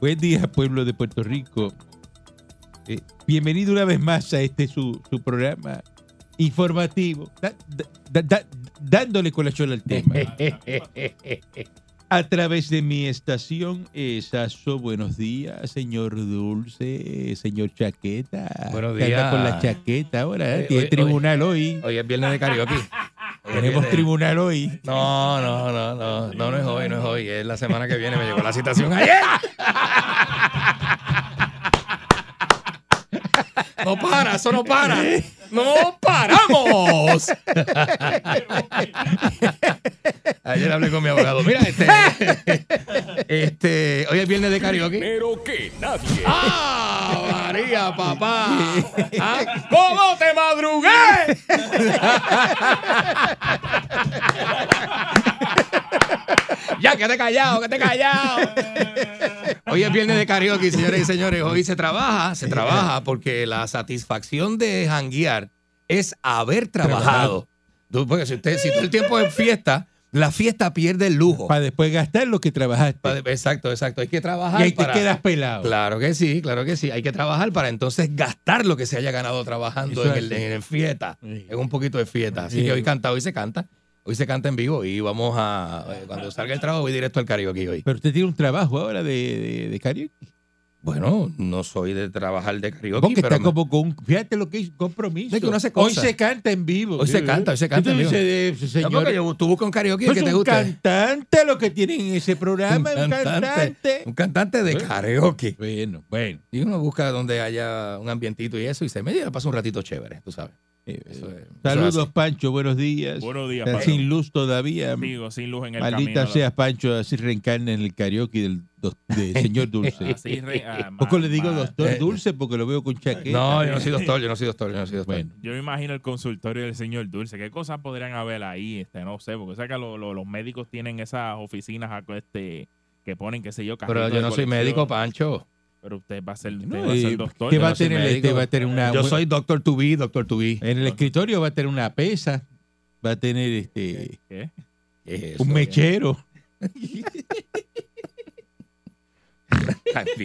Buen día, pueblo de Puerto Rico. Eh, bienvenido una vez más a este su, su programa informativo, da- da- da- dándole colación al tema. A través de mi estación, eh, Sasso, buenos días, señor Dulce, señor Chaqueta. Buenos que Anda días. con la chaqueta ahora, eh, Eh, tiene hoy- tribunal hoy. Hoy es viernes de karaoke. Hoy es Tenemos viernes. tribunal hoy. No, no, no, no, no, no es hoy, no es hoy, es la semana que viene. Me llegó la citación ayer. No para, eso no para. ¡No paramos! Ayer hablé con mi abogado. Mira, este. Este. Hoy es viernes de karaoke. Pero que nadie. ¡Ah, María, papá! ¿Ah? ¿Cómo te madrugué? ya, que te he callado, que te he callado. Hoy es viernes de karaoke, señores y señores. Hoy se trabaja, se trabaja porque la satisfacción de janguear es haber trabajado. Tú, porque si usted, si todo el tiempo es fiesta, la fiesta pierde el lujo. Para después gastar lo que trabajaste. Pa- Exacto, exacto. Hay que y trabajar. ahí te para- quedas pelado. Claro que sí, claro que sí. Hay que trabajar para entonces gastar lo que se haya ganado trabajando Eso es en el, así. en el fiesta. Sí. Es un poquito de fiesta. Así Sí. que hoy canta, hoy se canta. Hoy se canta en vivo y vamos a. eh, Cuando salga el trabajo, voy directo al karaoke hoy. Pero usted tiene un trabajo ahora de, de, de karaoke. Bueno, no soy de trabajar de karaoke, Porque pero. está como con, fíjate lo que es compromiso. Es que uno hace hoy cosas. se canta en vivo. Hoy se canta, hoy se canta en Entonces, vivo. eh, No, porque señor, yo- tú buscas un karaoke no que es te un guste. cantante lo que tienen en ese Un programa, un cantante. un cantante de Bueno. karaoke. Bueno, bueno. Y uno busca donde haya un ambientito y eso y se me lleva, pasa un ratito chévere, tú sabes. Eh, Eso es- eso es Saludos, así. Pancho, buenos días. Buenos días, Estás Pancho. Eh, sin luz todavía. Digo, sin luz en el Maldita camino. sea, Pancho, así reencarna en el karaoke del, do- de señor Dulce. Así re- ah, ma- Eh, Poco le digo ma- doctor Dulce porque lo veo con chaqueta. Eh, No, yo no soy doctor, yo no soy doctor, yo no soy doctor. Bueno. Yo me imagino el consultorio del señor Dulce. ¿Qué cosas podrían haber ahí? Este, no sé, porque sé que lo- lo- los médicos tienen esas oficinas ah, este, que ponen, qué sé yo, Pero carritos yo de no soy colección. médico, Pancho. Pero usted va a ser, usted No, va a ser eh, doctor. ¿Qué yo va a no soy tener? médico. Este va a tener una. Yo soy doctor to be, doctor to be. En el escritorio va a tener una pesa, va a tener este ¿Qué? un mechero,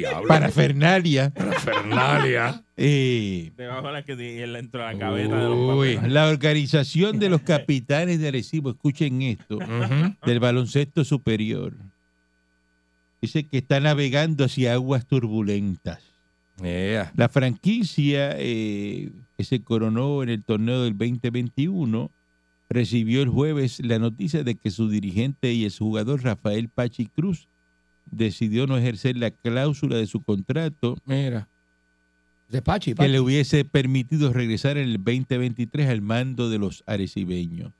Para parafernalia, Fernalia. eh, Debajo de la que te- él entra a la cabeza de los Uy. papeles. la organización de los capitanes de Arecibo, escuchen esto, del baloncesto superior. Dice que está navegando hacia aguas turbulentas. La franquicia eh, que se coronó en el torneo del 2021 recibió el jueves la noticia de que su dirigente y exjugador Rafael Pachi Cruz decidió no ejercer la cláusula de su contrato Mira. De Pachi, que Pachi. le hubiese permitido regresar en el 2023 al mando de los arecibeños.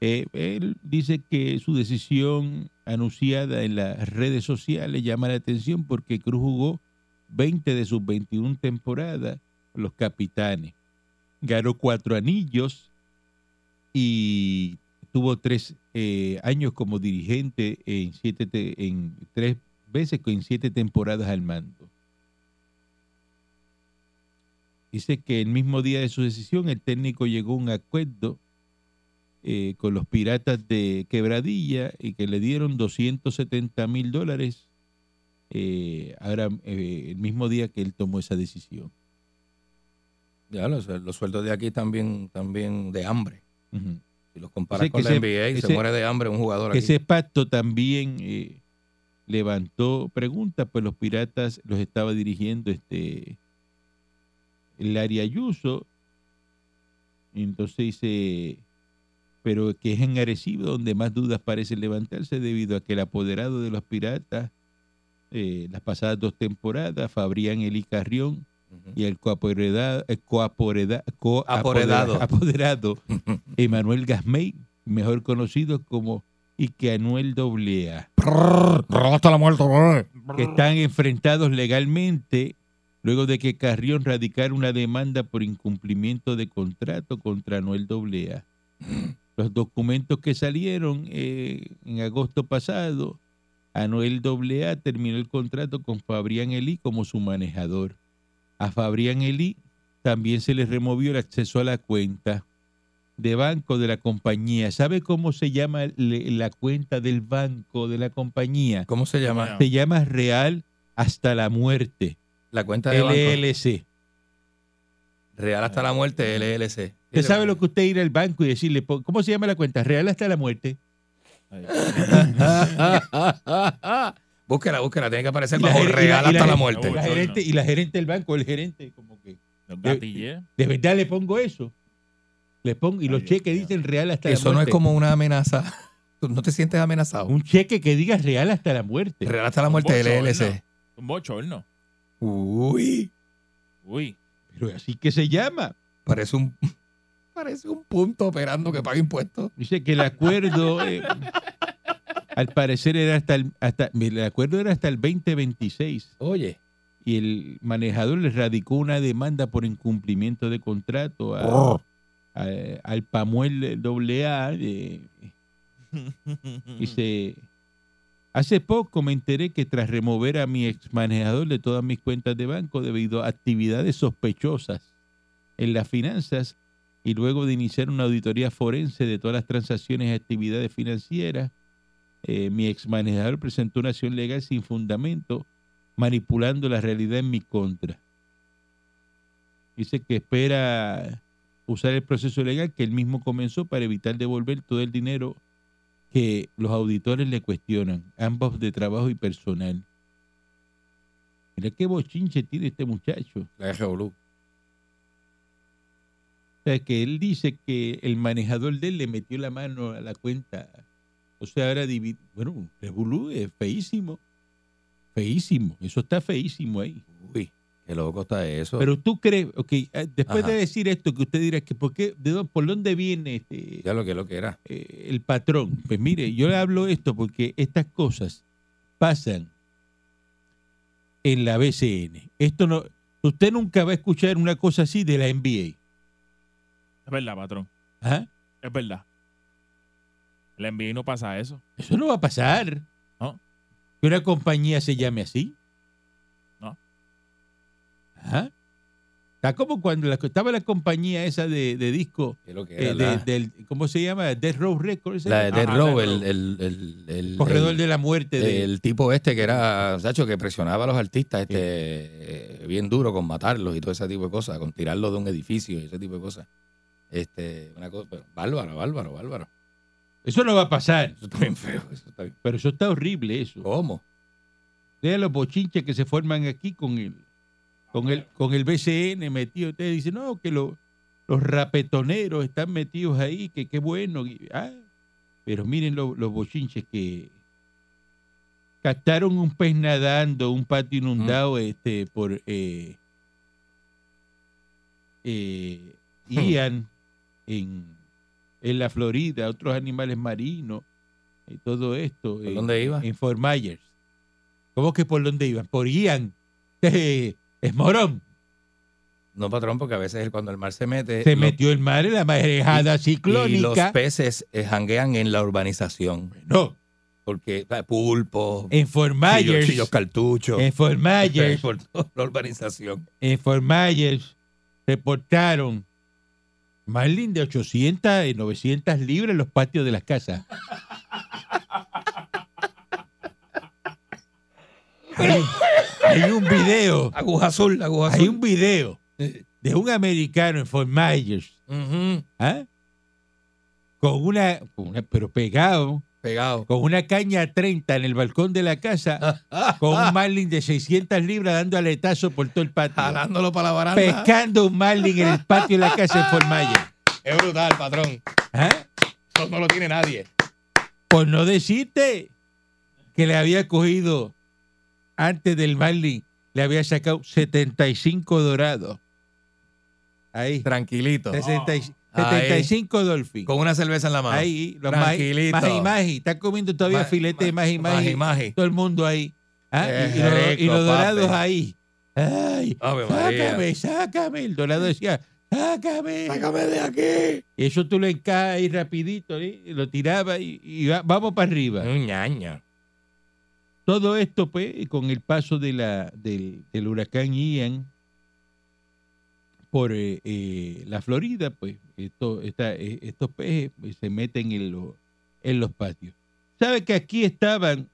Eh, él dice que su decisión anunciada en las redes sociales llama la atención porque Cruz jugó 20 de sus 21 temporadas con los capitanes. Ganó cuatro anillos y tuvo tres eh, años como dirigente en, siete te- en tres veces con siete temporadas al mando. Dice que el mismo día de su decisión el técnico llegó a un acuerdo eh, con los piratas de Quebradilla y que le dieron 270 mil dólares eh, ahora eh, el mismo día que él tomó esa decisión. Ya, los, los sueldos de aquí también, también de hambre. Ujú. Si los comparas Ese con que la se- NBA, y se ese- muere de hambre un jugador Que aquí. ese pacto también eh, levantó preguntas, pues los piratas los estaba dirigiendo este Larry Ayuso. Y Entonces dice, pero que es en Arecibo donde más dudas parecen levantarse debido a que el apoderado de los piratas eh, las pasadas dos temporadas, Fabrián Eli Carrión Ujú. y el coapoderado, el coaporeda- coapodera- Apoderado. apoderado Emanuel Gasmey, mejor conocido como y que Anuel AA, Hasta la muerte, brr. que están enfrentados legalmente luego de que Carrión radicara una demanda por incumplimiento de contrato contra Anuel AA. Los documentos que salieron eh, en agosto pasado, Anuel AA terminó el contrato con Fabrián Elí como su manejador. A Fabrián Elí también se le removió el acceso a la cuenta de banco de la compañía. ¿Sabe cómo se llama le- la cuenta del banco de la compañía? ¿Cómo se llama? Bueno. Se llama Real hasta la muerte, La cuenta de banco. LLC. Real hasta la muerte, LLC. Usted sabe lo que usted ir al banco y decirle, po- ¿cómo se llama la cuenta? Real hasta la muerte. Ahí. Búsquela, búsquela, tiene que aparecer Y la bajo ger- y la- real y la hasta la, ger- muerte. La gerente, y la gerente del banco, el gerente, como que, Los gatillé. ¿de verdad le pongo eso? Le pongo, y los Ay, cheques Dios. dicen real hasta la Eso no muerte. es como una amenaza. Tú no te sientes amenazado. Un cheque que diga real hasta la muerte. Real hasta la muerte, Bocho, LLC. ¿verdad? Un bochorno. Uy, Uy. Pero así que se llama. parece un, parece un punto operando que paga impuestos. Dice que el acuerdo, eh, al parecer, era hasta el, hasta, mira, el acuerdo era hasta el 2026 Oye. y el manejador le radicó una demanda por incumplimiento de contrato a- a- al Pamuel AA. eh, dice, hace poco me enteré que tras remover a mi ex manejador de todas mis cuentas de banco debido a actividades sospechosas en las finanzas y luego de iniciar una auditoría forense de todas las transacciones y actividades financieras, eh, mi ex manejador presentó una acción legal sin fundamento, manipulando la realidad en mi contra. Dice que espera usar el proceso legal que él mismo comenzó para evitar devolver todo el dinero que los auditores le cuestionan, ambos de trabajo y personal. Mira qué bochinche tiene este muchacho. La de O sea, que él dice que el manejador de él le metió la mano a la cuenta. O sea, ahora divi- Bueno, Revolú es feísimo. Feísimo. Eso está feísimo ahí. Uy, qué loco está eso. Pero tú crees, ok, eh, después Ajá. de decir esto, que usted dirá que por qué, de dó- por dónde viene este, ya lo que lo que era. eh, el patrón. Pues mire, yo le hablo esto porque estas cosas pasan en la BCN. Esto no, usted nunca va a escuchar una cosa así de la NBA. Es verdad, patrón. Ajá. Es verdad. La NBA no pasa eso. Eso no va a pasar. No. Que una compañía se llame así. No. Ajá. Está como cuando la- estaba la compañía esa de, de disco, Qué lo que eh, era. de- la, del, ¿cómo se llama? Death Row Records. la de ¿eh? Death Ajá, Row, Death el, Row. el, el, el- Corredor el- de la muerte. de- el tipo este que era, Sacho, que presionaba a los artistas este, eh, bien duro con matarlos y todo ese tipo de cosas, con tirarlos de un edificio y ese tipo de cosas. Este, una cosa, pero bárbaro, bárbaro, bárbaro. Eso no va a pasar. Eso está bien feo, eso está bien. Pero eso está horrible, eso. ¿Cómo? Vean los bochinches que se forman aquí con el, con el, con el BCN metido. Ustedes dicen, no, que lo- los rapetoneros están metidos ahí, que qué bueno. Y- ah, pero miren lo- los bochinches que captaron un pez nadando, un patio inundado este, por eh, eh, Ian en, en la Florida, otros animales marinos, y todo esto. ¿Por eh, dónde iba? en Fort Myers. ¿Cómo que por dónde iban? Por Ian. Eh, es morón. No, patrón, porque a veces cuando el mar se mete, Se los- metió el mar en la marejada y los ciclónica. peces eh, janguean en la urbanización. No, Porque eh, pulpos, en Fort chillos, Myers. chillos cartuchos, En Fort Myers. por toda la urbanización. En Fort Myers reportaron marlin de 800 y 900 libras en los patios de las casas. Hay, hay un video, Aguja azul, aguja azul. hay un video de un americano en Fort Myers Ujú, ¿ah? con una, con una- pero pegado, pegado. con una caña 30 en el balcón de la casa, con un marlin de 600 libras dando aletazo por todo el patio. Jalándolo para la baranda. Pescando un marlin en el patio de la casa en Fort Myers. Es brutal, patrón. ¿ah? Eso no lo tiene nadie. Por no decirte que le había cogido, antes del marlin, le había sacado 75 dorados. Ahí. Tranquilito. 60 y- Ahí, 75 Dolphin. con una cerveza en la mano. Ahí, los maji, Tranquilito. maji, maji. Están comiendo todavía Ma- filete de ma- maji, maji. maji, maji. Todo el mundo ahí. Ah, Qué Y, y los- y rico, los dorados papi. ahí. Ay, Ave María. sácame, sácame. El dorado decía, sácame. Sácame de aquí. Y eso tú lo encajas ahí rapidito, ¿eh? Y lo tiraba y, y va- vamos para arriba. Un ñaña. Todo esto, pues, con el paso de la, del, del huracán Ian por eh, eh, la Florida, pues, esto, esta- eh, estos peces pues, se meten en, lo- en los patios. ¿Sabe que aquí estaban?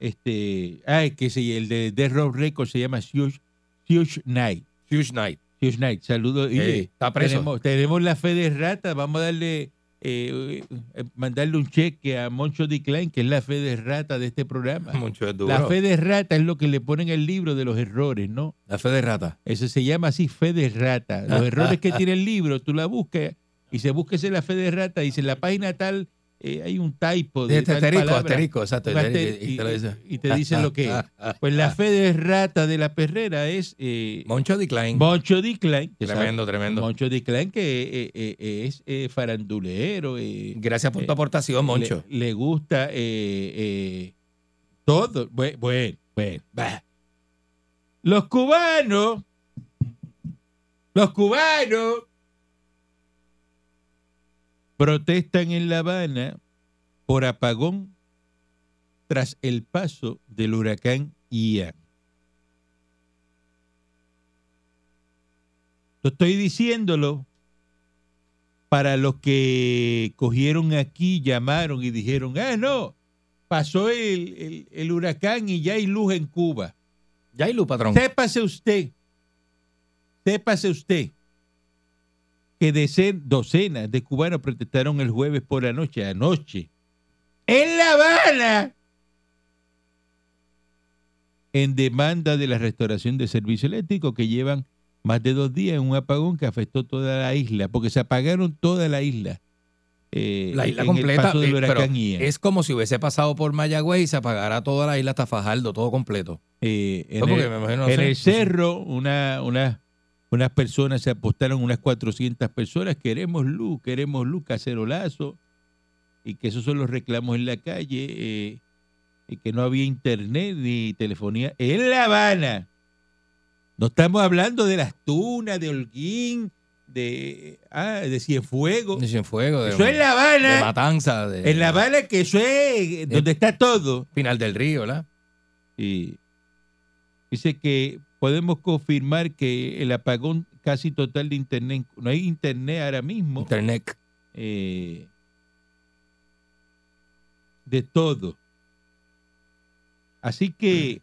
Este, ay, que se, el de, de Rob Records se llama Suge Suge Knight. Huge night. Suge Knight, saludos. Oye, Eh, está preso. Tenemos, tenemos la fe de rata, vamos a darle, eh, eh, mandarle un cheque a Moncho D. Klein, que es la fe de rata de este programa. Mucho es duro. La fe de rata es lo que le ponen el libro de los errores, ¿no? La fe de rata. Eso se llama así, fe de rata. Los errores que tiene el libro, tú la buscas y se búsquese la fe de rata. Dice, en la página tal eh, hay un typo de Este tal asterisco, palabra. asterisco, exacto. Un aster- y, y te lo dice. y te dice lo que es. Pues la fe de rata de la perrera es eh, Moncho Decline. Moncho D. Klein, que sabe- Tremendo, tremendo. Moncho D. Klein, que eh, eh, eh, es eh, farandulero. eh, Gracias por Eh, tu aportación, Moncho. Le, le gusta eh, eh, todo. Bueno, bueno, Los cubanos, los cubanos protestan en La Habana por apagón tras el paso del huracán Ian. Lo estoy diciéndolo para los que cogieron aquí, llamaron y dijeron, ah, no, pasó el, el- el huracán y ya hay luz en Cuba. Ya hay luz, patrón. Sépase usted, sépase usted, que de ser docenas de cubanos protestaron el jueves por la noche, anoche, en La Habana, en demanda de la restauración de servicio eléctrico que llevan más de dos días en un apagón que afectó toda la isla, porque se apagaron toda la isla. eh, La isla en completa. El paso del eh, pero huracán Ian. es como si hubiese pasado por Mayagüez y se apagara toda la isla hasta Fajardo, todo completo. Eh, en No, el- porque me imagino, no en sé. el cerro, una, una- unas personas se apostaron, unas 400 personas, queremos luz, queremos luz, cacerolazo, y que esos son los reclamos en la calle, eh, y que no había internet ni telefonía en La Habana. No estamos hablando de las tunas, de Holguín, de, ah, de Cienfuegos. De Cienfuegos, de, Eso es La de Habana. Matanza, de, En La Habana, que eso es donde está todo. Final del Río, ¿verdad? Y dice que podemos confirmar que el apagón casi total de internet, no hay internet ahora mismo, Internet. eh, de todo. Así que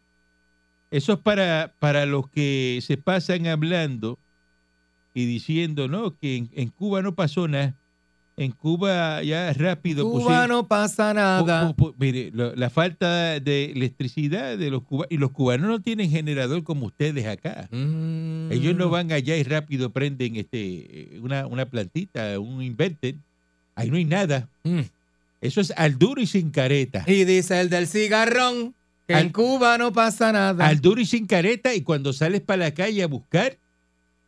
Mm. eso es para, para los que se pasan hablando y diciendo, no, que en, en Cuba no pasó nada. En Cuba ya rápido Cuba pusieron- no pasa Pu- nada. pu- pu- mire, lo- la falta de electricidad de los cubanos, y los cubanos no tienen generador como ustedes acá. Mm. Ellos no van allá y rápido prenden este eh, una, una plantita, un inverter. Ahí no hay nada. Mm. Eso es al duro y sin careta. Y dice el del cigarrón que Al- en Cuba no pasa nada. Al duro y sin careta, y cuando sales para la calle a buscar,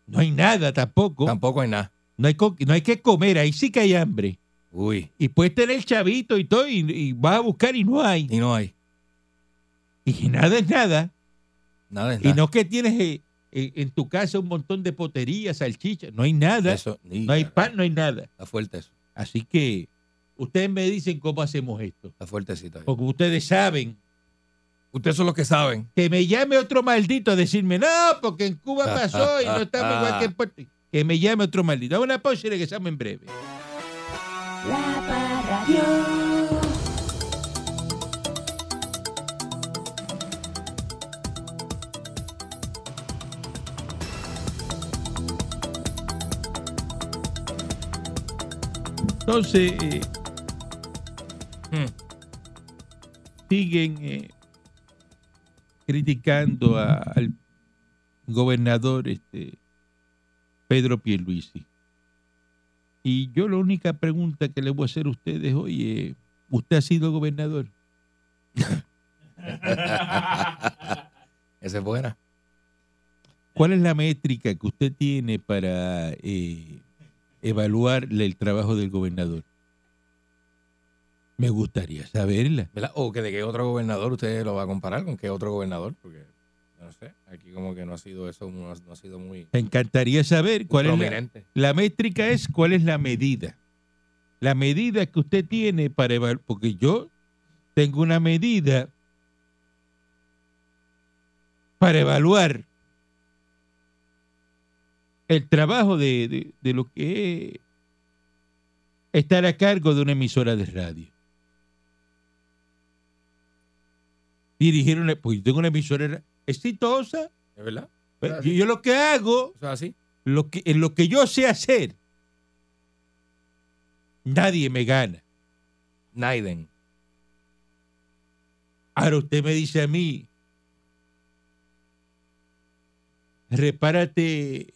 no hay nada tampoco. Tampoco hay nada. No hay, co- no hay que comer, ahí sí que hay hambre. Uy. Y puedes tener el chavito y todo, y, y vas a buscar y no hay. Y no hay. Y nada es nada. Nada es Y nada. no que tienes eh, eh, en tu casa un montón de poterías, salchichas, no hay nada, Eso, no hay pan, no hay nada. Está fuerte eso. Así que ustedes me dicen cómo hacemos esto, Está fuertecito. ahí. porque ustedes saben Ustedes son los que saben. que me llame otro maldito a decirme, no, porque en Cuba pasó y no estamos igual que en Puerto Que me llame otro maldito. Hago una pausa y regresamos en breve. La Parradio. Entonces, eh, Hmm. siguen eh, criticando a- al gobernador este, Pedro Pierluisi. Y yo la única pregunta que le voy a hacer a ustedes hoy es, ¿usted ha sido gobernador? Esa es buena. ¿Cuál es la métrica que usted tiene para eh, evaluar la- el trabajo del gobernador? Me gustaría saberla. ¿verdad? O que de qué otro gobernador usted lo va a comparar con qué otro gobernador, porque no sé, aquí como que no ha sido eso, no ha, no ha sido muy Me encantaría saber cuál es la, prominente. la métrica es cuál es la medida. La medida que usted tiene para evaluar, porque yo tengo una medida para evaluar el trabajo de, de- de lo que es estar a cargo de una emisora de radio. Dirigir una, pues yo tengo una emisora de ra- exitosa. ¿Es verdad? pues, yo- yo lo que hago O sea, así. lo que, en lo que yo sé hacer, nadie me gana. Naiden. Ahora usted me dice a mí, repárate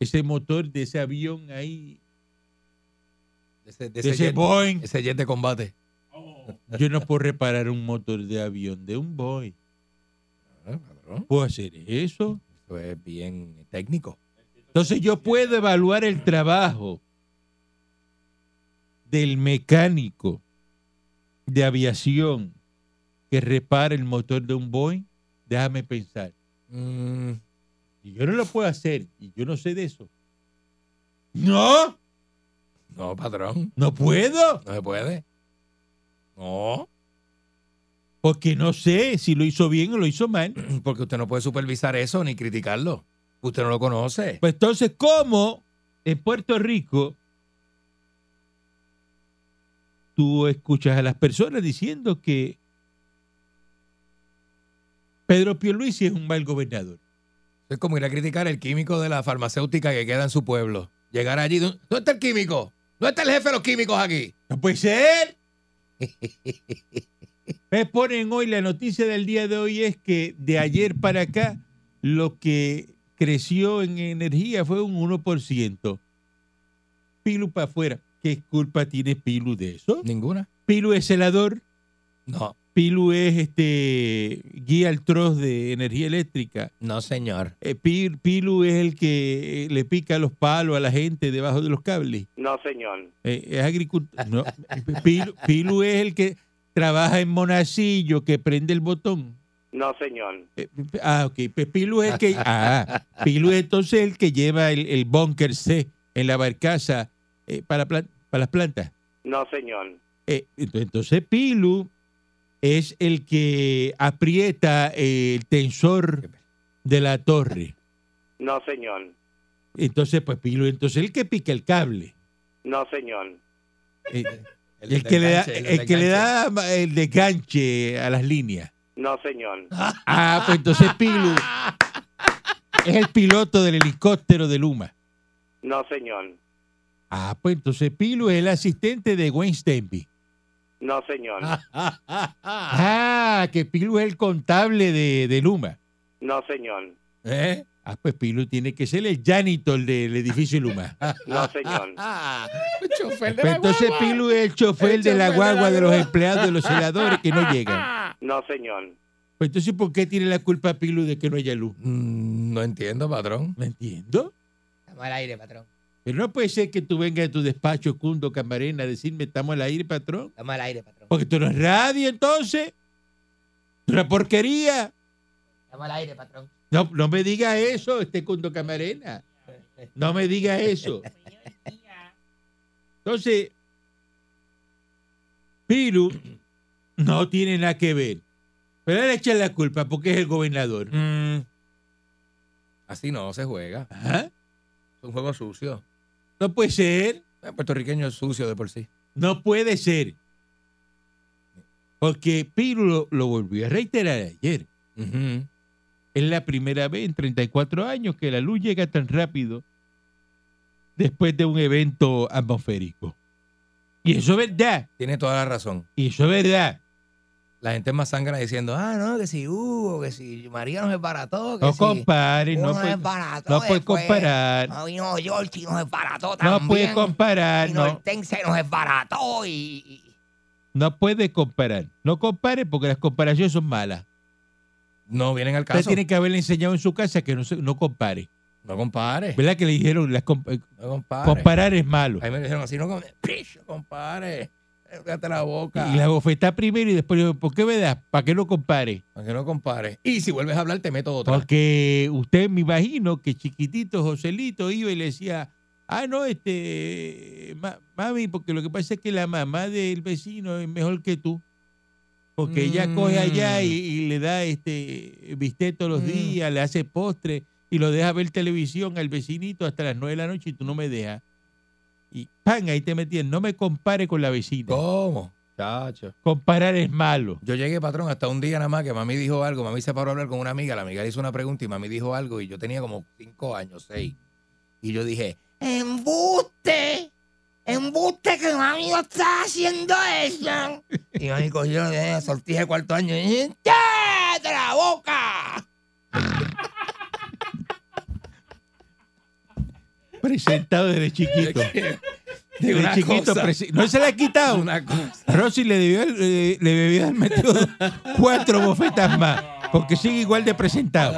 ese motor de ese avión ahí, de Ese, de de ese ese, jet, Boeing. ese jet de combate. Yo no puedo reparar un motor de avión de un Boeing. Ah, cabrón, ¿Puedo hacer eso? Eso es bien técnico. Entonces yo puedo evaluar el trabajo del mecánico de aviación que repara el motor de un Boeing. Déjame pensar. Mm, Y yo no lo puedo hacer y yo no sé de eso. No, no, patrón. no puedo, No se puede. No. porque no sé si lo hizo bien o lo hizo mal. Porque usted no puede supervisar eso ni criticarlo. Usted no lo conoce. Pues entonces, ¿cómo en Puerto Rico tú escuchas a las personas diciendo que Pedro Pierluisi es un mal gobernador? Es como ir a criticar el químico de la farmacéutica que queda en su pueblo. Llegar allí. ¿Dónde dónde está el químico? ¿Dónde está el jefe de los químicos aquí? ¡No puede ser! Me ponen hoy, la noticia del día de hoy es que de ayer para acá lo que creció en energía fue un 1%. Pilu para afuera. ¿Qué culpa tiene Pilu de eso? Ninguna. Pilu es celador. No, Pilu es este guía al troz de energía eléctrica. no, señor. Eh, Pi- Pilu es el que eh, le pica los palos a la gente debajo de los cables. No, señor. Eh, es agricultor. no. Pilu, Pilu es el que trabaja en Monacillo, que prende el botón. No, señor. Eh, ah, ok. Pues Pilu es el que. Ah, Pilu es entonces el que lleva el, el búnker C en la barcaza eh, para, plan- para las plantas. No, señor. Eh, ento- entonces Pilu es el que aprieta eh, el tensor de la torre. No, señor. Entonces, pues Pilu, entonces el que pica el cable. No, señor. Eh, el, que le da, el que le da ma- el desganche a las líneas. No, señor. Ah, pues entonces Pilu es el piloto del helicóptero de Luma. No, señor. Ah, pues entonces Pilu es el asistente de Wayne Stenby. No, señor. Ah, que Pilu es el contable de, de Luma. No, señor. ¿Eh? Ah, pues Pilu tiene que ser el janitor del edificio Luma. No, señor. Ah, el chofer de Pero la entonces guagua. Pilu es el chofer El de la chofer de la guagua de los guagua. empleados, de los celadores que no llegan. No, señor. Pues entonces, ¿por qué tiene la culpa Pilu de que no haya luz? Mm, no entiendo, patrón. No entiendo. Estamos al aire, patrón. Pero no puede ser que tú vengas de tu despacho, Cundo Camarena, a decirme estamos al aire, patrón. Estamos al aire, patrón. Porque tú no es radio, entonces. Tú eres Una porquería. Estamos al aire, patrón. No, no me diga eso, este Cundo Camarena. No me diga eso. Entonces, Pilu no tiene nada que ver. Pero él echa la culpa porque es el gobernador. Mm, así no se juega. Ajá. Es un juego sucio. No puede ser. El puertorriqueño es sucio de por sí. No puede ser. Porque Piru lo, lo volvió a reiterar ayer. Ujú. Es la primera vez en 34 años que la luz llega tan rápido después de un evento atmosférico. Y eso es verdad. Tiene toda la razón. Y eso es verdad. La gente es más sangra diciendo, ah, no, que si Hugo, que si María nos embarató, que No si compares, Uno no nos puedes embarató no puede después. comparar. No vino George y nos embarató No también. puedes comparar, Ah, Y este no, Nortense nos embarató y... y- no puedes comparar. No compares porque las comparaciones son malas. No vienen al Usted caso. tiene que haberle enseñado en su casa que no, se- no compare. No compares. ¿Verdad que le dijeron? las comp- eh, No compares. comparar es malo. Ahí me dijeron así, no compares. Picho, compares. Cállate la boca. Y la bofetá primero y después le digo, ¿por qué me das? ¿Para qué no compare? Para que no compares. Y si vuelves a hablar, te meto otra. Porque usted me imagino que chiquitito Joselito iba y le decía, ah, no, este, ma- mami, porque lo que pasa es que la mamá del vecino es mejor que tú. Porque ella coge allá y, y le da este bistec todos los Mm. días, le hace postre y lo deja ver televisión al vecinito hasta las nueve de la noche y tú no me dejas. Y pan, ahí te metían, no me compare con la vecina. ¿Cómo? Chacho. Comparar es malo. Yo llegué, patrón, hasta un día nada más que mami dijo algo. Mami se paró a hablar con una amiga. La amiga le hizo una pregunta y mami dijo algo. Y yo tenía como cinco años, seis. Y yo dije, ¡Embuste! ¡Embuste que mami no está haciendo eso! y mami cogió eh, sortija de cuarto año. Y, ¡Cállate la boca! Presentado desde chiquito. de Desde una chiquito, cosa, presi- no se le ha quitado. una cosa. Rosy le debió, le, le debió haber metido cuatro bofetas más, porque sigue igual de presentado.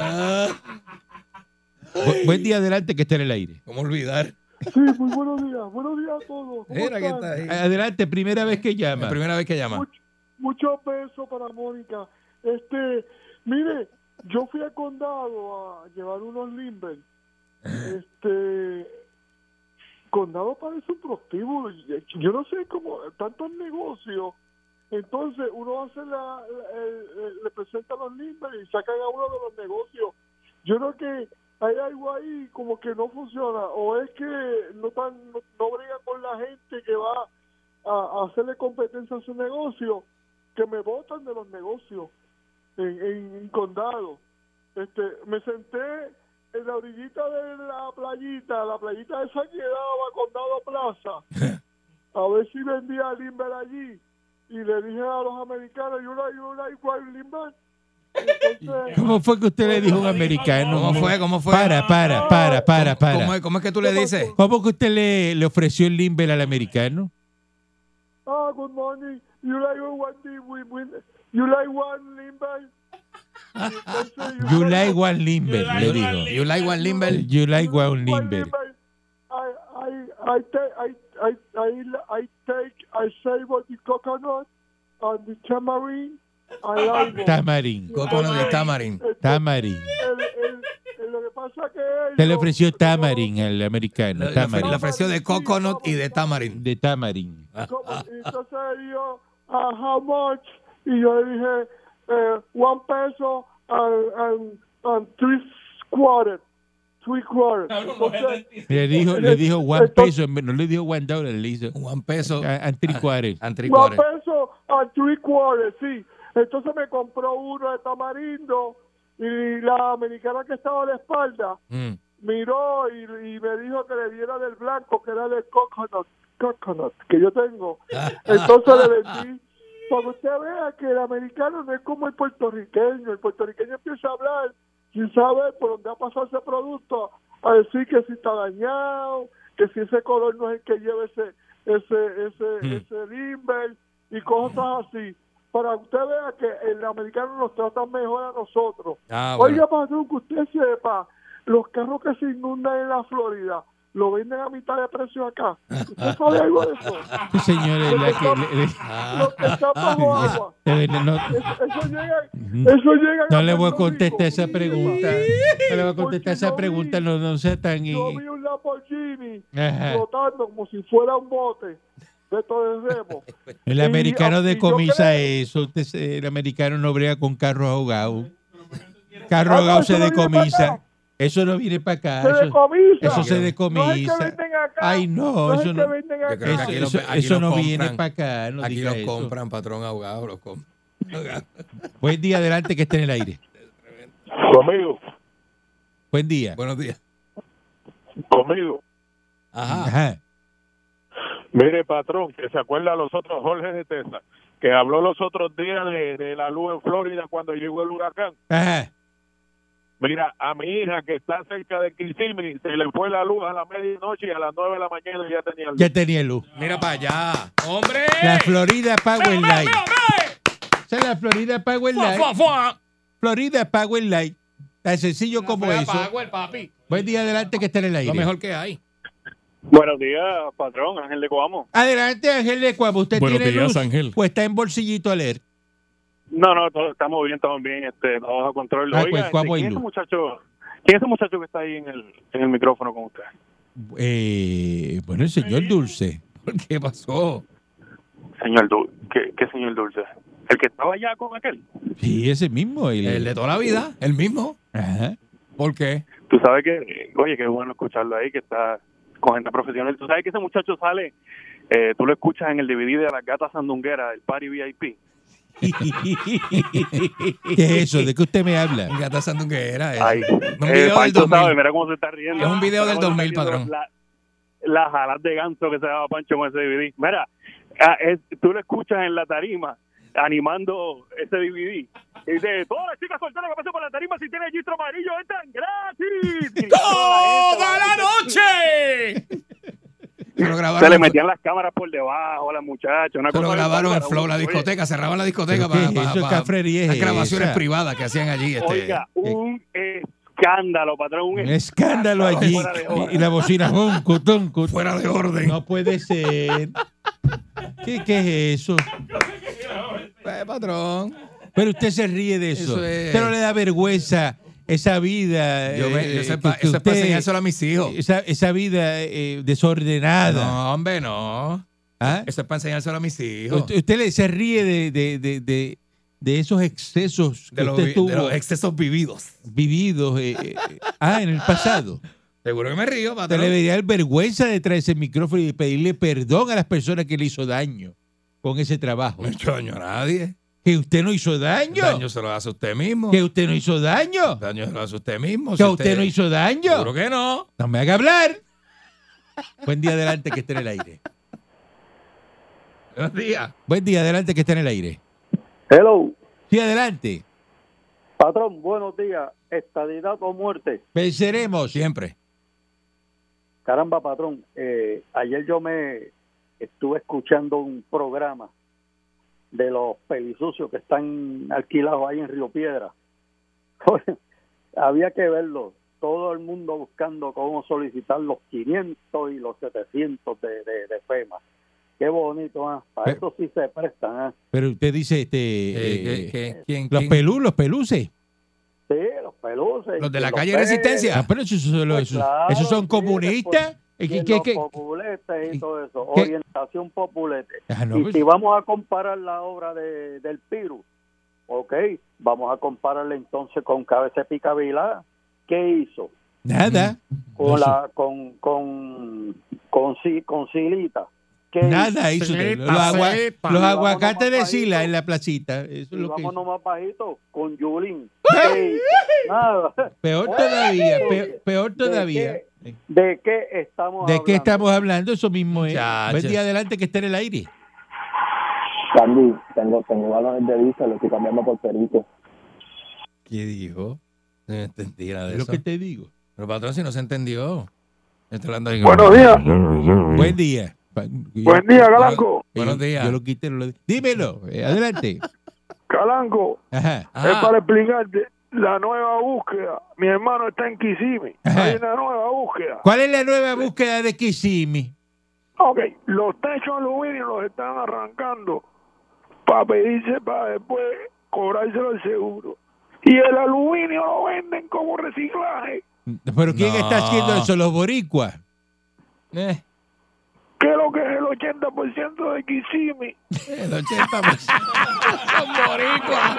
Bu- buen día adelante que esté en el aire. ¿Cómo olvidar? Sí, muy buenos días, buenos días a todos. ¿Cómo Mira que están? está ahí. Adelante, primera vez que La llama. primera vez que llama. Muchos besos para Mónica. Este, mire, yo fui al condado a llevar unos limber. Este, condado parece un prostíbulo. eh, Yo no sé cómo, tantos negocios. Entonces, uno hace la, la- el- el- le presenta los limber y sacan a uno de los negocios. Yo creo que hay algo ahí como que no funciona. O es que no, tan, no, no brega con la gente que va a, a hacerle competencia a su negocio, que me botan de los negocios en, en- en condado. Este, me senté en la orillita de la playita, la playita esa que daba condado plaza, a ver si vendía limber allí. Y le dije a los americanos, yo una, yo una, igual limber. Entonces, ¿Cómo fue que usted le dijo a un americano? ¿Cómo ¿Cómo fue? ¿Cómo fue? Para, para, para, para, ¿Cómo para. es, cómo es que tú le dices? ¿Cómo que usted le, le ofreció el Limber al americano? Ah, good morning. You like one thing we win. You like one limber. Entonces, You like one Limber, le dijo. You like one limber. You like one Limber. I, I, I, take, I, I, I, I take, I savor the coconut and the tamarind. I like it. Tamarín, Coconut de Tamarin. Tamarín. El, el, el- lo que pasa que ellos- Usted le ofreció Tamarín al americano, Le Tamarín. ofreció de coconut y de tamarin. De Tamarín. como- entonces ellos, ah, how much? Y yo le dije, eh, one peso and, and, and three quarters. Three quarters. Entonces, Le dijo, le dijo one peso, en vez- no le dijo one dollar, le hizo One peso. a- and three Ah. quarters. and three one quarters. peso and three quarters, sí. Entonces me compró uno de tamarindo y la americana que estaba a la espalda Mm. miró y, y me dijo que le diera del blanco, que era del coconut, coconut que yo tengo. Entonces le vendí. Para que usted vea que el americano no es como el puertorriqueño. El puertorriqueño empieza a hablar sin saber por dónde ha pasado ese producto, a decir que si está dañado, que si ese color no es el que lleva ese ese ese, ese limber y cosas así. Para que usted vea que el americano nos trata mejor a nosotros. Ah, Oiga, bueno. patrón, que usted sepa, los carros que se inundan en la Florida, lo venden a mitad de precio acá. ¿Usted sabe algo de eso? Este señor es la que le- le- Los que Ah, están bajo agua. de verdad, no, Eso, eso llega, eso llega ah, no le voy a Puerto contestar Rico. esa pregunta. No le voy a contestar esa pregunta, no, no sea tan... Yo vi un Lamborghini Ajá. flotando como si fuera un bote de todo el remo. El Y- americano y eh, yo decomisa creo- eso. usted se- el americano no brega con carros ahogados. Carro Ah, ahogado se eso no viene para decomisa. acá. Eso no viene para acá. Se eso- decomisa. Eso se No es el que decomisa. venden acá. Ay, no, es eso el no. que venden Yo creo que acá. aquí Eso- los- eso- aquí eso los no compran. viene para acá, no Aquí diga los eso. compran, patrón ahogado, los compran. Buen día, adelante que esté en el aire. Conmigo, Buen día. Buenos días. conmigo. Ajá. Ajá. Mire, patrón, que se acuerda los otros Jorge de Tesa, que habló los otros días de, de la luz en Florida cuando llegó el huracán. Ajá. Mira, a mi hija que está cerca de Kissimmee, se le fue la luz a la medianoche y a las nueve de la mañana ya tenía luz. Ya tenía luz. Mira para allá. ¡Hombre! La Florida Power Line. Esa es la Florida Power Line. Florida Power Light. Tan sencillo como eso. el papi. Buen día, adelante que esté en el aire. Lo mejor que hay. Buenos días, patrón, Ángel de Coamo. Adelante, Ángel de Cuamo. ¿Usted Buenos tiene días, luz? Ángel. Pues está en bolsillito a leer. No, no, todo, estamos bien, estamos bien, este, todo bajo control. Ah, Oiga, pues, este, Cuamo y ¿quién es Luz. ese muchacho? ¿Quién es ese muchacho que está ahí en el, en el micrófono con usted? Eh, bueno, el señor Dulce. ¿Qué pasó? Señor Dulce, ¿qué, qué señor Dulce? ¿El que estaba allá con aquel? Sí, ese mismo. El, El de toda la vida, el mismo. Ajá. ¿Por qué? Tú sabes que, oye, qué bueno escucharlo ahí, que está con gente profesional. Tú sabes que ese muchacho sale, eh, tú lo escuchas en el DVD de las gatas sandungueras, el party VIP. ¿Qué es eso? ¿De qué usted me habla? Gata Sandunguera. eh. Ay, Un eh, video pa, del tú 2000. sabes, mira cómo se está riendo. Es un video Mira del cómo se 2000, está riendo patrón. La, las jalas de ganso que se daba Pancho con ese DVD. Mira, ah, es- tú lo escuchas en la tarima animando ese DVD. Y dice, todas las chicas solteras que pasen por la tarima si tienen registro amarillo entran gratis. Y toda la noche. Pero Se grabaron, le en- metían las cámaras por debajo a la muchacha. Una se lo cosa grabaron en bárbara, Flow, la oye. discoteca. Cerraban la discoteca ¿Pero qué para, es para- eso? ¿Qué para afrería es las grabaciones esa? privadas que hacían allí. Este. Oiga, un escándalo, patrón. Un Eh. Un escándalo allí. fuera de hora. Y, y la bocina. tuncu, tuncu. Fuera de orden. No puede ser. ¿Qué, qué es eso? Eh, patrón. Pero usted se ríe de eso. Eso es- Pero le da vergüenza esa vida. Yo, me- eh, yo sé que- pa- que eso es para usted- enseñárselo a mis hijos. esa, esa vida eh, desordenada. No, hombre, no. ¿Ah? Eso es para enseñárselo a mis hijos. Usted, usted le- se ríe de, de, de, de- de esos excesos que De los, usted vi- tuvo de los excesos vividos. vividos eh, eh, ah, en el pasado. Seguro que me río, Usted patrón. le debería dar vergüenza de traer ese micrófono y pedirle perdón a las personas que le hizo daño con ese trabajo. No he hecho daño a nadie. Que usted no hizo daño. Daño se lo hace usted mismo. Que usted no hizo daño. Daño se lo hace usted mismo. Que usted no hizo Seguro daño. que no. No me haga hablar. Buen día adelante que esté en el aire. Buenos días. Buen día adelante que esté en el aire. Hello, Sí, adelante. patrón, buenos días. Estadidad o muerte. Venceremos. Siempre. Caramba, patrón, eh, ayer yo me estuve escuchando un programa de los pelisucios que están alquilados ahí en Río Piedra. Había que verlo, todo el mundo buscando cómo solicitar los 500 y los 700 de, de, de FEMA. Qué bonito, ¿ah? para Pe- eso sí se prestan. ¿ah? Pero usted dice este Eh, eh, ¿qué- qué- quién- los quién? pelus, los Eh, peluces. Sí, los peluces. Los de y la calle Resistencia. Ah, pero esos, son los- Pues esos- claro, esos son sí, comunistas. Y ¿Qué- en qué- los qué? populetes qué- y todo eso, qué? orientación populete. Ah, no, y pues, si vamos a comparar la obra de, del Piru, ok, vamos a compararla entonces con Cabeza de Picavila. ¿Qué hizo? nada, Con No sé. la con con con, Ci- con Silita. ¿Qué hizo? nada hizo usted. Señorita, Los, agua- sepa. los Y vámonos aguacates de más Sila bajito. en la placita. Eso es Y lo que vámonos hizo. más bajito, con Yulín. ¿Qué hizo? Nada. Peor Oye, todavía, ¿de peor, peor todavía. ¿De ¿De qué estamos hablando? qué estamos hablando? Eso mismo es. Muchachos. Buen día adelante que esté en el aire. Candy, tengo, tengo balones de vista, los que cambiamos por perrito. ¿Qué dijo? No entendí nada de Es lo eso. que te digo. Pero patrón, si no se entendió. Está hablando de- Buenos días. Buen día. Pa- yo- Buen día, Galanco. yo- Buenos días. Yo lo quité. no lo- Dímelo. eh, adelante. Calanco, Ajá. Ah, es para explicarte la nueva búsqueda. Mi hermano está en Kissimmee. Ajá. Hay una nueva búsqueda. ¿Cuál es la nueva búsqueda de Kissimmee? Ok, los techos aluminio los están arrancando para pedirse, para después cobrárselo al seguro. Y el aluminio lo venden como reciclaje. ¿Pero quién No. está haciendo eso? ¿Los boricuas? eh, Que lo que es el 80% de Kissimmee. Eh, el 80%. Son boricuas.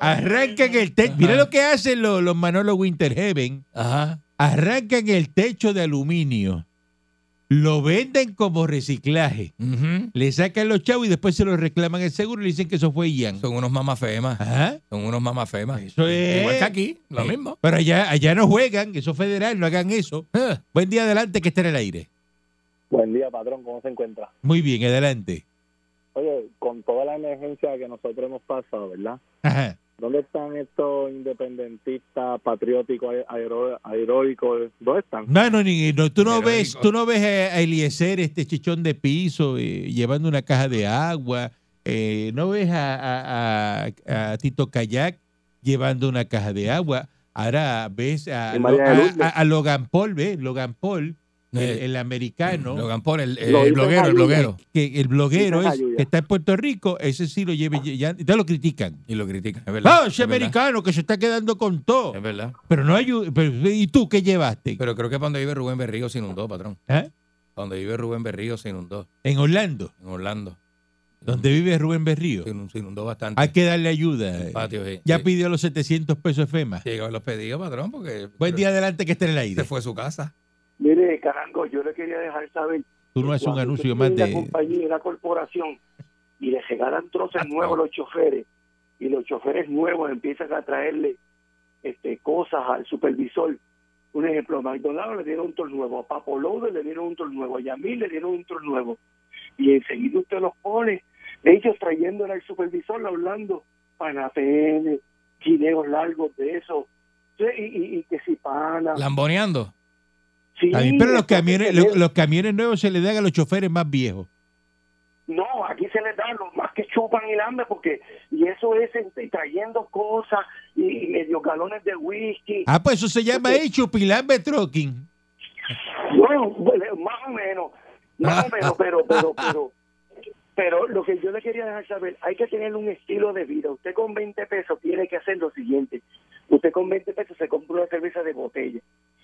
Arrancan el techo. Mira lo que hacen los, los Manolo Winterheaven. Ajá. Arrancan el techo de aluminio. Lo venden como reciclaje. Ujú. Le sacan los chavos y después se los reclaman el seguro y le dicen que eso fue Ian. Son unos mamafemas. Ajá. Son unos mamafemas. Eso es. Igual que aquí, lo Eh, mismo. Pero allá, allá no juegan, eso es federal, no hagan eso. Eh, Buen día adelante que esté en el aire. Buen día, patrón. ¿Cómo se encuentra? Muy bien, adelante. Oye, con toda la emergencia que nosotros hemos pasado, ¿verdad? Ajá. ¿Dónde están estos independentistas patrióticos, aer- aero- aeróbicos? ¿Dónde están? No, no, ni- no, tú no Pero ves, digo- tú no ves a, a Eliezer, este chichón de piso, eh, llevando una caja de agua, Eh, ¿No ves a, a- a- a Tito Kayak llevando una caja de agua? Ahora ves a, Y María a- de Lourdes. a- a Logan Paul, ¿ves? Logan Paul, el, Eh, el americano, Logan Paul, el, el Lo hizo bloguero, el Jaime. bloguero. que el bloguero Esa es es- la lluvia. que está en Puerto Rico, ese sí lo lleva. Ya, ya lo critican. Y lo critican, es verdad. ¡Ah, ese es, verdad americano que se está quedando con todo! es verdad. Pero no hay... pero- ¿Y tú qué llevaste? Pero creo que para donde vive Rubén Berrío se inundó, patrón. ¿Eh? Para donde vive Rubén Berrío se inundó, En Orlando, en Orlando. donde vive Rubén Berrío. Se inun- se inundó bastante. Hay que darle ayuda. Eh, El patio, sí. Ya Sí. pidió los 700 pesos de FEMA. Llegó a los pedidos, patrón, porque. Buen día adelante que esté en el Se aire. Este fue a su casa. Mire, carango, yo le quería dejar saber Tú no haces un Eh, Cuando anuncio usted más tiene de... La compañía, y la corporación, y le regalan Ah, troces nuevos a los choferes, y los choferes nuevos empiezan a traerle este, cosas al supervisor. Un ejemplo, a McDonald's le dieron un tro nuevo, a Papo Lodo le dieron un tro nuevo, a Yamil le dieron un tro nuevo. Y enseguida usted los pone, ellos trayéndole al supervisor, hablando panapene, chileos largos de eso, Sí, y, y- y que si pana. Lamboneando. Sí, Está bien, pero los esto hay que camiones, tener- los, los camiones nuevos se les dan a los choferes más viejos. No, aquí se les da lo más que chupan el hambre porque y eso es este, trayendo cosas y, y medio galones de whisky. Ah, pues eso se llama ahí chupilambe trucking. Bueno, bueno, más o menos, más o menos, pero, pero, pero, pero lo que yo le quería dejar saber, hay que tener un estilo de vida. Usted con 20 pesos tiene que hacer lo siguiente. Usted con 20 pesos se compra una cerveza de botella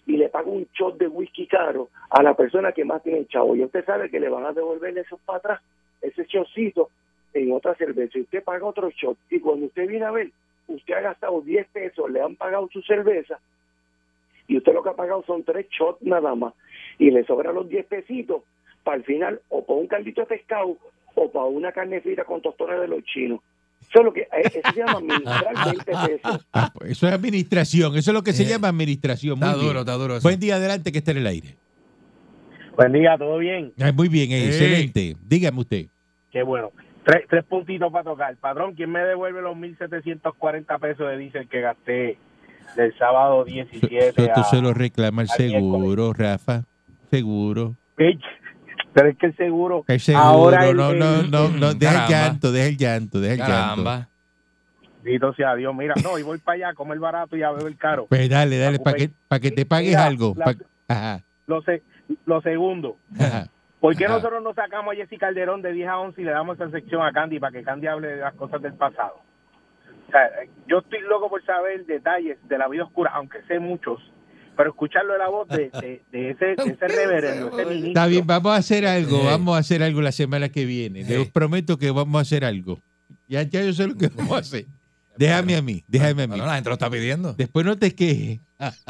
y le paga un shot de whisky caro a la persona que más tiene el chavo. Y usted sabe que le van a devolverle esos para atrás, ese shotcito en otra cerveza. Y usted paga otro shot. Y cuando usted viene a ver, usted ha gastado 10 pesos, le han pagado su cerveza y usted lo que ha pagado son tres shots nada más y le sobran los 10 pesitos para el final o para un caldito de pescado o para una carne frita con tostones de los chinos. Eso es lo que eh, eso se llama administrar 20 pesos. Ah, pues eso es administración, eso es lo que se Eh, llama administración. Muy Está bien. duro, está duro. eso. Buen día adelante que esté en el aire. Buen día, ¿todo bien? Ah, muy bien, eh, Sí. excelente. Dígame usted. Qué bueno. Tres, tres puntitos para tocar. Padrón, ¿quién me devuelve los 1.740 pesos de diésel que gasté del sábado Eso, 17 eso a... se lo reclama el al seguro, Rafa. Seguro. Bitch, Pero es que el seguro... El seguro. Ahora el- no, no, el- no, no, deja el Caramba. llanto, deja el llanto, deja el llanto. Caramba. Dito sea Dios, mira, no, y voy para allá a comer barato y a beber caro. Pues dale, dale, para que, pa' que te pagues Mira, algo. la- pa' que- ajá, Lo, se- lo segundo, ajá. ¿por qué Ajá. nosotros no sacamos a Jessy Calderón de 10 a 11 y le damos esa sección a Candy para que Candy hable de las cosas del pasado? O sea, eh, yo estoy loco por saber detalles de la vida oscura, aunque sé muchos, pero escucharlo de la voz de, de- de ese, de ese reverendo, ese ministro. Está bien, vamos a hacer algo, Sí. vamos a hacer algo la semana que viene. Sí. Les prometo que vamos a hacer algo. Ya, ya yo sé lo que vamos a hacer. Déjame a mí, déjame a mí. Bueno, la gente lo está pidiendo. Después no te quejes.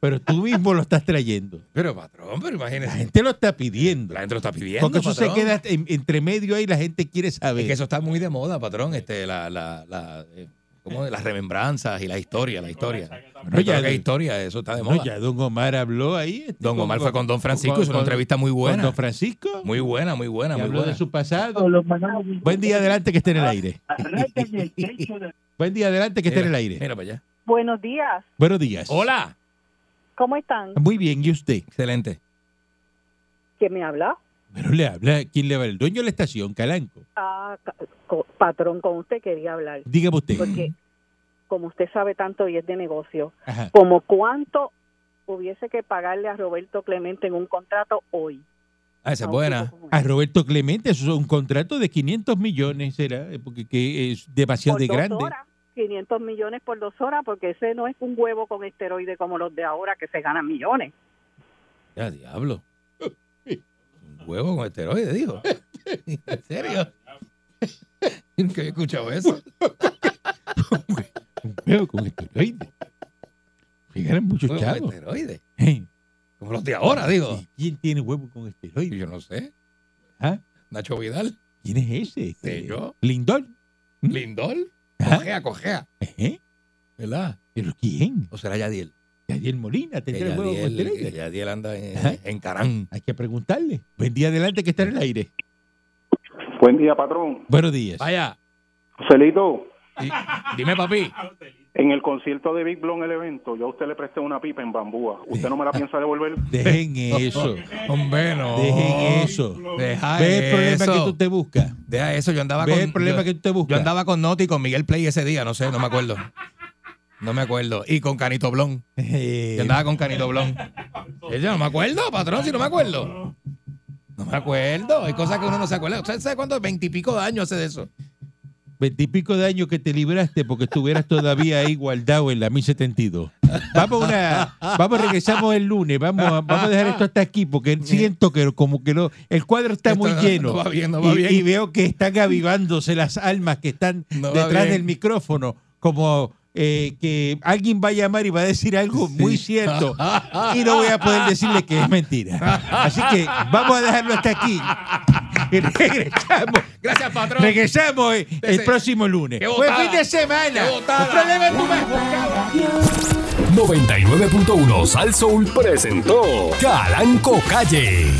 Pero tú mismo lo estás trayendo. Pero, patrón, pero La imagínese. gente lo está pidiendo. La gente lo está pidiendo. Porque eso se patrón. queda en- entre medio ahí, la gente quiere Es saber. que eso está muy de moda, patrón. Este, la, la, la, eh, ¿cómo es? las remembranzas y la historia, la historia. No, ya- Yo creo que historia, eso está de No, moda. ya Don Omar habló ahí. este, Don Omar fue con Don Francisco, hizo una entrevista muy con buena. Don Francisco. Muy buena, muy buena, que muy habló de buena. Ah. su pasado. Buen día adelante que esté en el aire. Buen día adelante que esté en el Mira, aire. Mira para allá. Buenos días, Buenos días. Hola. ¿cómo están? Muy bien, ¿y usted? Excelente. ¿Quién me habla? Pero le habla, ¿quién le habla? El dueño de la estación, Calanco. Ah, ca- co- patrón, con usted quería hablar, Dígame usted. porque como usted sabe tanto y es de negocio, Ajá. como cuánto hubiese que pagarle a Roberto Clemente en un contrato hoy. Ah, esa A es un buena. tipo como A él. Roberto Clemente, eso es un contrato de 500 millones, será, Eh, porque que es demasiado Por de dos grande. horas, 500 millones por dos horas, porque ese no es un huevo con esteroide como los de ahora que se ganan millones. Ya, diablo. Un huevo con esteroides, dijo. ¿En serio? Nunca había escuchado eso. Veo con esteroides. Se ganan muchos Huevo con chavos. esteroides. Eh. Como los de este, ahora, digo. ¿Y ¿Quién tiene huevo con esteroides? Yo no sé. ¿Ah? Nacho Vidal, ¿Quién es ese? Este, Sí, yo. ¿Lindón? Lindol, Ajá. cojea, cojea. Ejé. ¿Verdad? ¿Eh? ¿Pero quién? ¿O será Yadiel? Yadiel Molina Que tendrá el huevo con Yadiel, que esteroides. ¿Ah? Yadiel anda en, Ajá. en Carán. Hay que preguntarle. Buen día adelante que está en el aire. Buen día, patrón. Buenos días. Vaya. Celito, Dime, papi. En el concierto de Big Blond, el evento, yo a usted le presté una pipa en bambúa. ¿Usted no me la piensa devolver? Dejen eso. Hombre, no. Dejen eso. Deja Ve el problema eso. que tú te buscas. Deja eso, yo andaba Ve con. el problema yo, que tú te buscas. Yo andaba con Noti y con Miguel Play ese día, no sé, no me acuerdo. No me acuerdo. Y con Canito Blon. Eh, Yo andaba con Canito Blon. Eh, Yo no me acuerdo, patrón, si no me acuerdo. No me acuerdo. Hay cosas que uno no se acuerda. ¿Usted sabe cuántos veintipico de años hace de eso? Veintipico de años que te libraste porque estuvieras todavía ahí guardado en la 1072. Vamos a una, vamos, regresamos el lunes, vamos, a- vamos a dejar esto hasta aquí porque siento que como que no, el cuadro está Esto muy no- lleno. no va bien, no va y, bien. y veo que están avivándose las almas que están No va detrás bien. del micrófono, como eh, que alguien va a llamar y va a decir algo muy cierto y no voy a poder decirle que es mentira. Así que vamos a dejarlo hasta aquí. Y regresamos. Gracias, patrón. Regresamos eh, el próximo lunes. Qué Buen botada. fin de semana. Qué botada. El problema es tu madre. 99.1 Sal Soul presentó Calanco Calle.